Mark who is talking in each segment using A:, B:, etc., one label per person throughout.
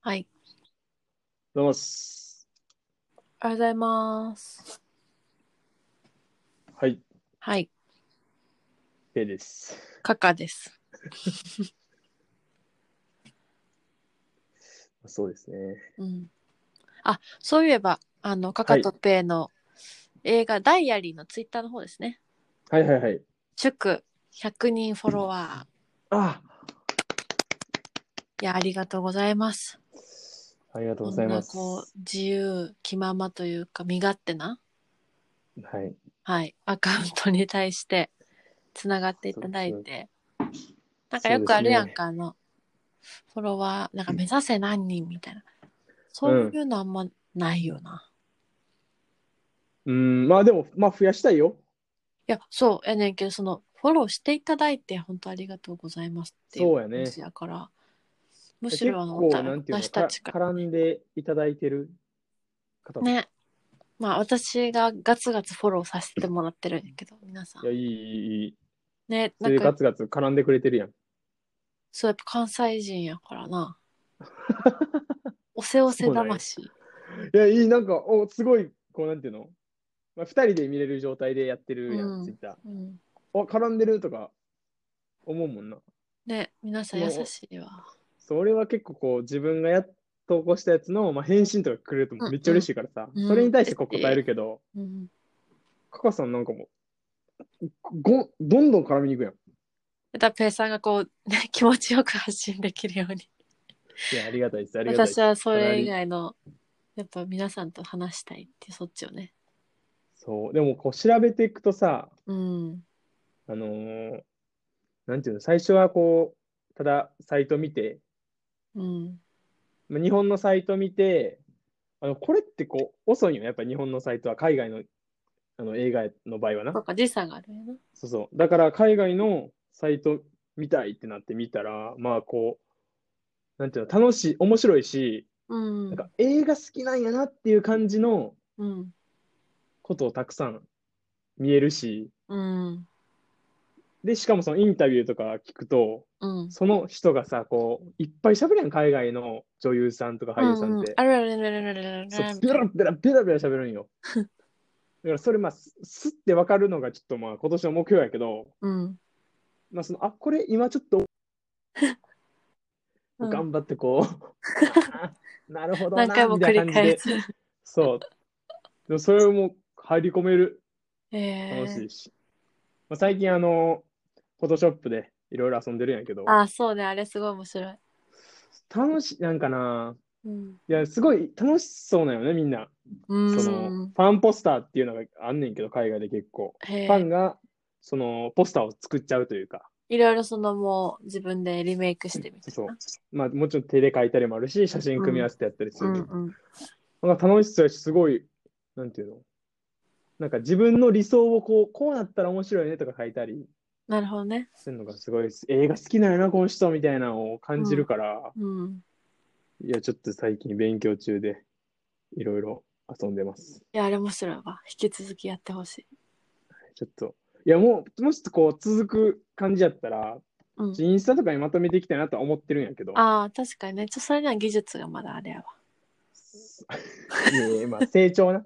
A: はい。
B: どうもっす。
A: ありがとうございます。
B: はい、
A: はい。
B: ペイです。
A: カカです。
B: そうですね。
A: うん。あ、そういえば、あの、カカとペイの映画、ダイアリーのツイッターの方ですね。
B: はいはいはい。
A: 祝100人フォロワ
B: あ
A: ー。いや、ありがとうございます。
B: ありがと
A: こ
B: うご
A: ん
B: ざい
A: な
B: ます。
A: こう、自由気ままというか、身勝手な、
B: はい。
A: はい、アカウントに対して、つながっていただい
B: そう
A: て、なんかよくあるやんか、あの、フォロワー、なんか目指せ何人みたいな。そういうのあんまないよな。
B: うん、まあでも、まあ増やしたいよ。
A: いや、そう、やねんけど、その、フォローしていただいて、本当ありがとうございますっていう
B: そうやね
A: 感じやから、む
B: 結
A: しろあの、
B: 構、なんていうの
A: 私たち
B: か
A: から
B: 絡んでいただいてる方とか
A: ね、まあ、私がガツガツフォローさせてもらってるんやけど、皆さ
B: いや、
A: ん。
B: いい、いい、いい。
A: ね、
B: そ
A: な
B: れ
A: ん
B: でガ
A: か、
B: ツガツ絡んでくれて るやん。
A: そう、やっぱ関西人やからな。おせおせ魂。
B: いや、いい、なんか、お、すごい、こう、なんていうのまあ、二人で見れる状態でやってるや
A: うん
B: ん、ツイッター。
A: うん。
B: お、絡んでるとか、思うもんな。
A: ね、皆さん優しいわ。
B: それは結構こう自分がやっ投稿したやつの、まあ、返信とかくれると
A: うん
B: めっちゃ嬉しいからさ、
A: うん
B: それに対してこう答えるけど、
A: うん。
B: カカさんなんかもうごどんどん絡みに行くやん。
A: だからペイさんがこう、ね、 気持ちよく発信できるように。
B: いや、ありがたいです、ありがたいで
A: 私
B: す。
A: はそれ以外の、やっぱ皆さんと話したいって、そっちをね。
B: そう、でもこう調べていくとさ、
A: うん。
B: あのーなんていうの、最初はこう、ただサイト見て、
A: うん。
B: まあ日本のサイト見て、あのこれってこう遅いよ、やっぱり日本のサイトは海外のあの映画の場合はな
A: そ。うか、時差があるよな。
B: そうそう。だから海外のサイト見たいってなってみたら、まあこう、なんていうの、楽しい、面白いし、
A: うん。
B: なんか映画好きなんやなっていう感じの
A: うん。
B: ことをたくさん見えるし、
A: うん。
B: で、しかもそのインタビューとか聞くと、
A: うん。
B: その人がさ、こう、いっぱい喋るやん、海外の女優さんとか俳優さんって。
A: あるあるあるあるあるある
B: そう、ペラペラペラペラ喋るん よ。だからそれ、まあ、すすってわかるのがちょっとまあ今年の目標やけど、
A: うん。
B: まあその、あ、これ今ちょっと
A: うん
B: 頑張ってこ う、なるほどな、
A: 何回も
B: みた
A: 繰
B: いな
A: り
B: 感じ
A: 返
B: で、
A: す。
B: そう。でもそれも入り込める、
A: え
B: 楽し
A: ー、
B: いし。まあ、最近、あの、フォトショップでいろいろ遊んでるんやけど、
A: あ、そうね。あれすごい面白い。
B: 楽しい、なんかな、
A: うん。
B: いや、すごい楽しそうなよね、みんな。
A: う
B: その、
A: ん
B: フ。ァンポスターっていうのがあんねんけど、海外で結構。
A: へ
B: ファン
A: ー
B: が、その、ポスターを作っちゃうというか、
A: いろいろそのもう自分でリメイクしてみたい
B: そう
A: な。
B: まあ、もちろん手で描いたりもあるし、写真組み合わせてやったりす
A: う
B: る
A: ん
B: けど。
A: うん。
B: なんか楽しそうやし、すごい、なんていうのなんか自分の理想をこう、こうなったら面白いねとか書いたり
A: なるほどね。
B: するのがすごいです、映画好きなんやな、この人みたいなのを感じるから、
A: うん。
B: いや、ちょっと最近勉強中で、いろいろ遊んでます。
A: いや、あれ面白いわ。引き続きやってほしい。
B: ちょっと、いや、もう、もしこう、続く感じやったら、
A: うん。
B: インスタとかにまとめていきたいなとは思ってるんやけど、
A: ああ、確かにね。ちょ、それには技術がまだあれやわ。
B: いやいやまあ、成長な。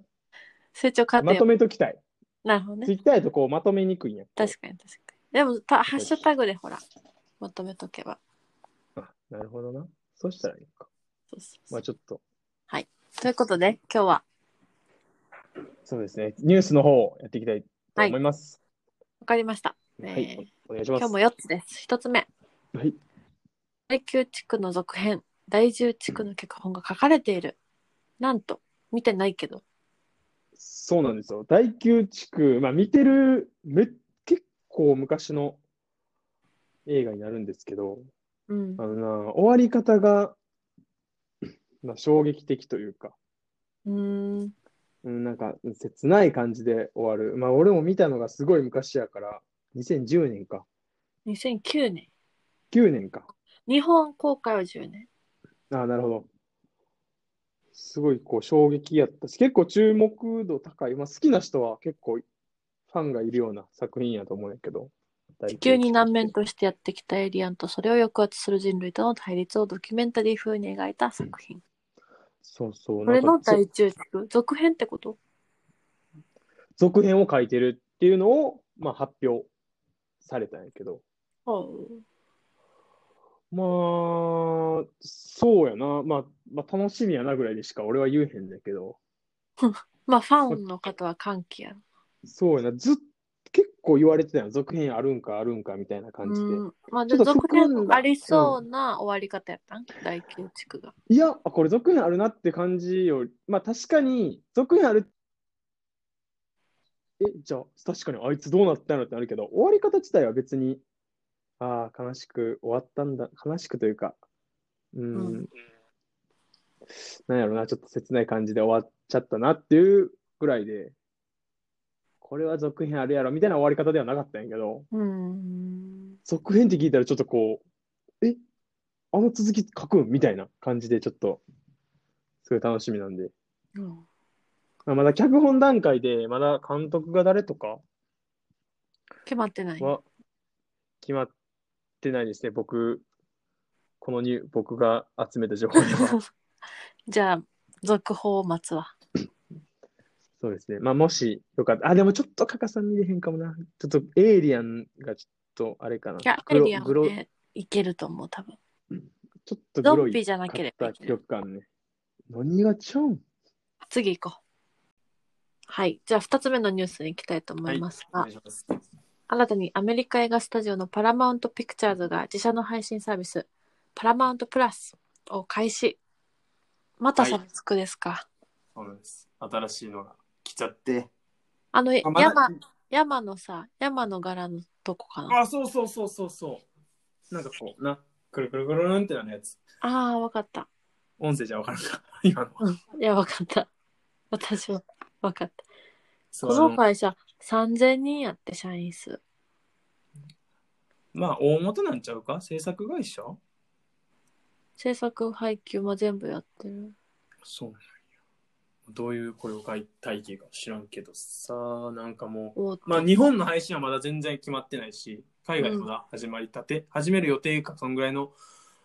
A: 成長過
B: まと
A: 程。
B: めときたい。
A: なるほどね
B: ツイ。ッターやとこう、まとめにくいんや。
A: 確かに確かに。でも、たハッシュタグでほら、まとめとけば。
B: あなるほどな。そうしたらいいのか。
A: そうそうそう
B: まあ、ちょっと。
A: ということで、今日は、
B: そうですね。ニュースの方をやっていきたいと思います。
A: わかりました。
B: は
A: はい
B: い、
A: えー
B: おお願いしま
A: 今
B: す。
A: 日も4つです。1つ目、
B: はい。
A: 第9地区の続編、第10地区の脚本が書かれている。なんと、見てないけど。
B: そうなんですよ。第九地区、まあ見てる、め、結構昔の映画になるんですけど、
A: うん
B: あ。のな、終わり方が、 まあ衝撃的というか、
A: うーん。
B: うん、なんか切ない感じで終わる。まあ俺も見たのがすごい昔やから、2010年か、
A: 2009年。
B: 9年か。
A: 日本公開は10年。
B: ああ、なるほど。すごいこう衝撃やったし、結構注目度高い。まあ、好きな人は結構ファンがいるような作品やと思うんやけど、
C: 大
A: 地球に南面としてやってきたエイリアンとそれを抑圧する人類との対立をドキュメンタリー風に描いた作品。
C: そうそう。
A: これ
C: な
A: の
C: んか
A: 大中軸続編ってこと
C: 続編を書いてるっていうのを、まあ、発表されたんやけど。まあ、そうやな。まあ、まあ、楽しみやなぐらいでしか俺は言えへんだけど。
A: まあファンの方は歓喜や。
C: そうやな。ずっ結構言われてたよ。続編あるんかあるんかみたいな感じで。
A: うん、まあ
C: ちょっと
A: 続
C: 含ん
A: 編
C: だ
A: ありそうな終わり方やったん大宮地区が。
C: いや、あこれ続編あるなって感じより、まあ確かに、続編ある。え、じゃあ、確かにあいつどうなったのってなるけど、終わり方自体は別に、ああ、悲しく終わったんだ、悲しくというか、うん、
A: う
C: なんやろな、ちょっと切ない感じで終わっちゃったなっていうぐらいで、これは続編あるやろみたいな終わり方ではなかったんやけど、
A: うん。
C: 続編って聞いたらちょっとこう、えあの続き書くんみたいな感じでちょっと、すごい楽しみなんで。
A: うん
C: まあまだ脚本段階で、まだ監督が誰とか
A: 決まってない。
C: は決まってないですね。僕、このニュー僕が集めた情報で は。
A: じゃあ、続報を待つわ。
C: そうですね。まあもしよかった。あ、でもちょっとカカさん見れへんかもな。ちょっとエイリアンがちょっとあれかな。
A: いや、エ
C: グロ
A: イリアン
C: グロ
A: はね、いけると思う、多分。
C: ちょっとグ
A: ゾ
C: ロ
A: ンビ
C: い
A: じゃなければいけ
C: 記
A: ない。
C: 憶感ね。何がちゃうん
A: 次行こう。はい。じゃあ、2つ目のニュースに行きたいと思いますが、
C: お願いします
A: 新たにアメリカ映画スタジオのパラマウントピクチャーズが自社の配信サービス、パラマウントプラスを開始。またサブスクですか。
B: そうなんです。新しいのが来ちゃって。
A: あの、
B: あ、まだ
A: 山、山のさ、山の柄のとこかな。
B: あ、そうそうそうそうそう。なんかこう、な、くるくるくるんってなるやつ。
A: ああ、わかった。
B: 音声じゃわからんか。 今の。
A: いや、わかった。 私は、わかった。
B: そ
A: こ
B: うあ
A: の
B: の
A: 会社、3000人やって、社員数。
B: まあ、大元なんちゃうか制作会社
A: 制作配給も全部やってる。
B: そうなんや。どういう雇用体系か知らんけどさ、なんかもう、
A: おー
B: まあ、日本の配信はまだ全然決まってないし、海外まだ始まりたて、始める予定か、そんぐらいの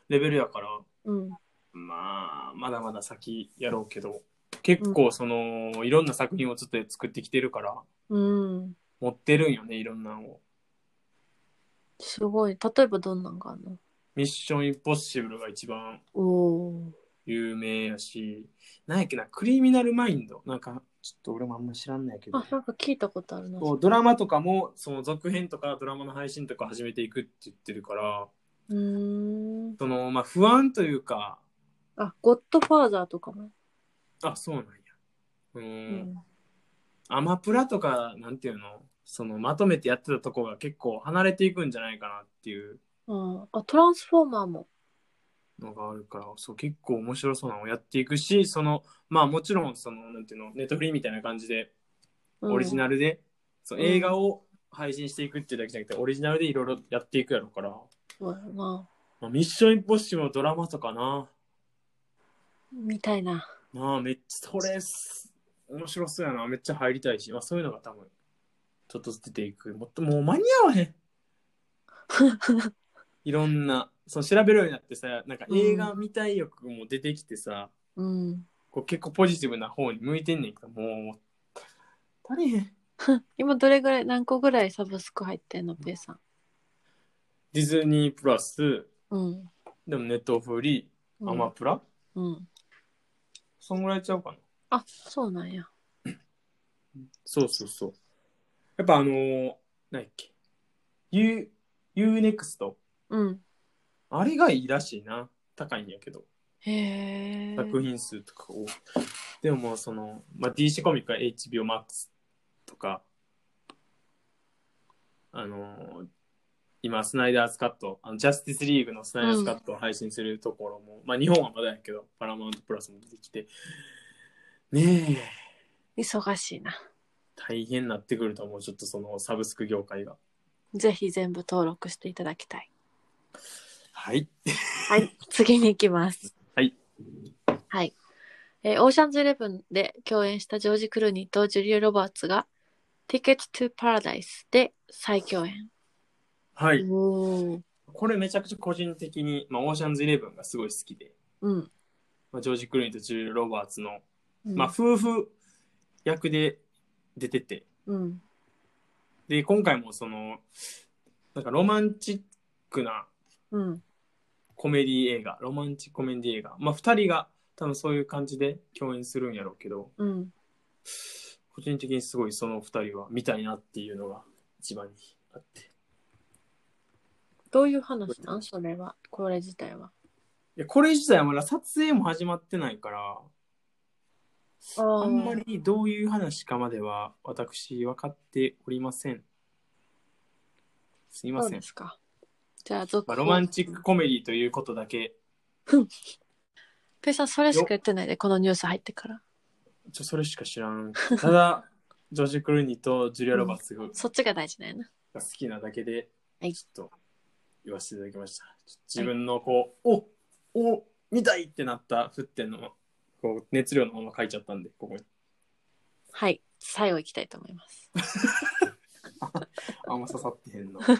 B: レベルやから、
A: うん。
B: まあ、まだまだ先やろうけど、結構その、いろんな作品をずっと作ってきてるから、
A: うん。
B: 持ってるんよね、いろんなのを。
A: すごい。例えばどんなんがあるの
B: ミッションインポッシブルが一番
A: おお。
B: 有名やし、なんやっけな、クリミナルマインド。なんか、ちょっと俺もあんま知らんないけど
A: あ、。なんか聞いたことあるな。
B: こうドラマとかも、その続編とかドラマの配信とか始めていくって言ってるから、
A: うーん。
B: その、まあ不安というか、
A: あ、ゴッドファーザーとかも。
B: あ、そうなんや。う。
A: うん
B: アマプラとか、なんていうのその、まとめてやってたとこが結構離れていくんじゃないかなっていう
A: うん。あ、トランスフォーマーも。
B: のがあるから、そう、結構面白そうなのをやっていくし、その、まあもちろん、その、なんていうの、ネットフリーみたいな感じで、
A: うん
B: オリジナルで、そう
A: うん
B: 映画を配信していくっていうだけじゃなくて、オリジナルでいろいろやっていくやろから、
A: そうやな。
B: まあ、ミッションインポッシブルのドラマとかな、
A: みたいな。
B: まあめっちゃ、それ、面白そうやな、めっちゃ入りたいし、まあそういうのが多分、ちょっとずつ出ていく。もっともう間に合わ へん。いろんな、そう調べるようになってさ、なんか映画見たい欲も出てきてさ、
A: うん。
B: こう結構ポジティブな方に向いてんねんけど、もう、足りへん。
A: 今どれぐらい何個ぐらいサブスク入ってんのペイさん
B: ディズニープラス、
A: うん、
B: でもネットフリ
A: うん、
B: ー、アマプラ、
A: うん
B: そんぐらいちゃうかな。
A: あそうなんや
B: そうそうそう。やっぱあのー、何やっけ。U、UNEXT。
A: うん
B: あれがいいらしいな。高いんやけど。
A: へえ
B: 作品数とかを。でももうその、まあ、DC コミックは HBO Max とか、あのー今、スナイダースカット、あのジャスティスリーグのスナイダースカットを配信するところも、まあ日本はまだやけど、パラマウントプラスも出てきて、ねえ、
A: 忙しいな
B: 大変になってくると思う、ちょっとそのサブスク業界が。
A: ぜひ全部登録していただきたい
B: はい。
A: はい次に行きます
B: はい
A: はい、えーオーシャンズイレブンで共演したジョージ・クルーニーとジュリア・ロバーツが「Ticket to Paradise」で再共演
B: は
A: う
B: い。
A: ん。
B: これめちゃくちゃ個人的に、まあ、オーシャンズイレブンがすごい好きで、
A: うん。
B: まあ、ジョージ・クルーニーとジュール・ロバーツの、
A: うん
B: まあ、夫婦役で出てて、
A: うん。
B: で、今回もその、なんかロマンチックな
A: うん。
B: コメディ映画、ロマンチックコメディ映画。まあ、二人が多分そういう感じで共演するんやろうけど、
A: うん。
B: 個人的にすごいその二人は見たいなっていうのが一番にあって。
A: どういう話なんそれは。これ自体は。
B: いや、これ自体はまだ撮影も始まってないから、
A: あ
B: あんま。りどういう話かまでは私分かっておりません。すいま
A: そう
B: せん
A: で。すか。じゃあ、続
B: まあ、
A: 報
B: ロマンチック。コメディということだけ、
A: ペイさん、それしか言ってないで、このニュース入ってから。
B: ちょそれしか知らん。ただ、ジョージ・クルーニーとジュリア・ロバーツが
A: そっちが大事だよな。
B: が好きなだけで、
A: はい
B: ちょっと言わせていただきました。ちょ自分のこう、おお見たいってなった沸点のこう熱量のまま書いちゃったんで、ここに。
A: はい。最後行きたいと思います。
B: あんま刺さってへんの。は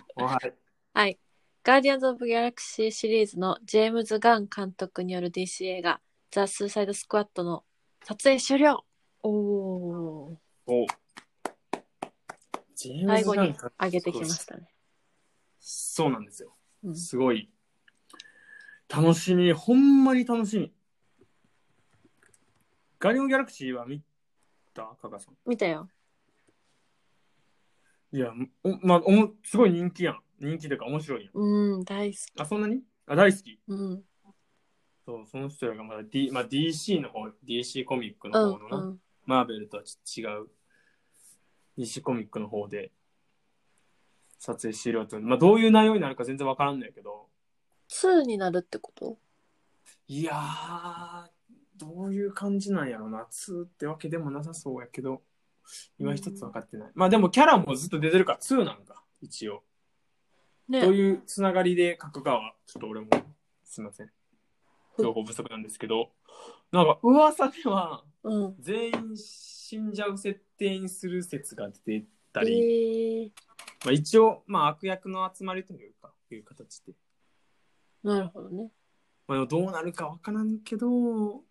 B: い。
A: はい。ガーディアンズ・オブ・ギャラクシーシリーズのジェームズ・ガン監督による DC 映画、ザ・スーサイド・スクワットの撮影終了おお
B: おジェーム
A: 最
B: ズ・
A: 後
B: ガ
A: に
B: ンか
A: 上げてきましたね。
B: そうなんですよ。
A: うん
B: すごい。楽しみ。ほんまに楽しみ。ガリオン・ギャラクシーは見たカカさん。
A: 見たよ。
B: いや、おまあ、おもすごい人気やん。人気というか面白いやん。
A: うん、大好
B: あ、そんなにあ、大好き。
A: き。うん。
B: そう、その人らがまだ、D まあ、DC の方、DC コミック
A: う
B: の
A: ん
B: 方のな、
A: うん。
B: マーベルとはち違う、DC コミックの方で撮影終了と、まあ、どういう内容になるか全然わからんのやけど、
A: 2になるってこと
B: いやー、どういう感じなんやろな、2ってわけでもなさそうやけど、今一つ分かってない。まあでもキャラもずっと出てるから2なんか、一応。
A: ね
B: どういうつながりで書くかは、ちょっと俺も、すいません。情報不足なんですけど、なんか噂では、
A: うん。
B: 全員死んじゃう設定にする説が出てた
A: え
B: り、
A: ー、
B: まあ、一応、まあ、悪役の集まりというか、いう形で。
A: なるほどね。
B: まあ、でもどうなるかわからんけど、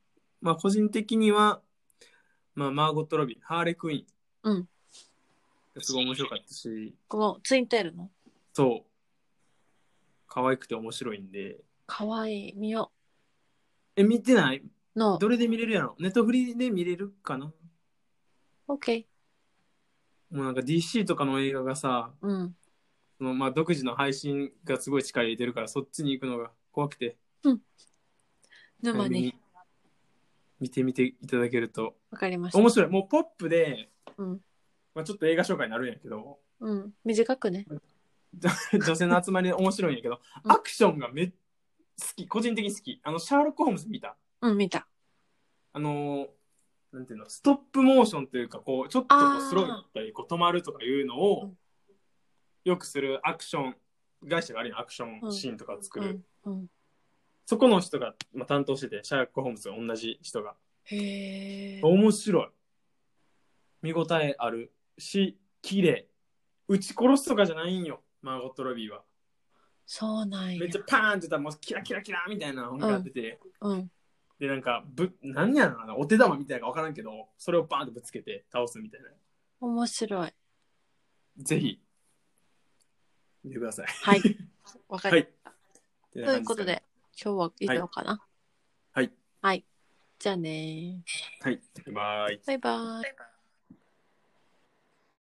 B: まあ、個人的には、まあ、マーゴット・ロビン、ハーレクイーン。
A: うん。
B: すごい面白かったし、
A: このツインテールの。
B: そう。可愛くて面白いんで。
A: かわいい。見よ。
B: え、見てないう
A: の、
B: どれで見れるやろネットフリで見れるかな
A: オッケー。
B: もうなんか DC とかの映画がさ、
A: うん。
B: そのまあ独自の配信がすごい力入れてるからそっちに行くのが怖くて
A: 沼
B: 早め
A: に。
B: に見てみていただけると
A: わかりました。
B: 面白いもうポップで、
A: うん
B: まあ、ちょっと映画紹介になるんやけ ど
A: うん。短くね。
B: 女性の集まりで面白いんやけど
A: うん
B: アクションがめっ好き個人的に好きあのシャーロック・ホームズ見た
A: うん、見た。
B: あのーなんていうのストップモーションというかこうちょっとこ
A: あ
B: う
A: ー
B: スローだったりこう止まるとかいうの
A: う
B: を
A: ん
B: よくするアクション会社があるやんアクションシーンとかを作
A: う
B: る、
A: ん。うん。
B: そこの人が、まあ、担当してて、シャーロック・ホームズと同じ人が。
A: へえ。
B: 面白い。見応えあるし、綺麗。撃ち殺すとかじゃないんよ、マーゴット・ロビーは。
A: そうなんや。
B: めっちゃパーンって言ったら、もうキラキラキラみたいな音が出て、
A: うん。
B: で、なんか、ぶ、何やろな、お手玉みたいなのか分からんけど、それをバーンってぶつけて倒すみたいな。
A: 面 白い。
B: ぜひ、見てください。
A: はい。わか
B: は
A: り
B: い。
A: ました。ということで、今日は以上かな。
B: はい。
A: はい。じゃあねー。
B: はい。バイバイ。
A: バイバーイ。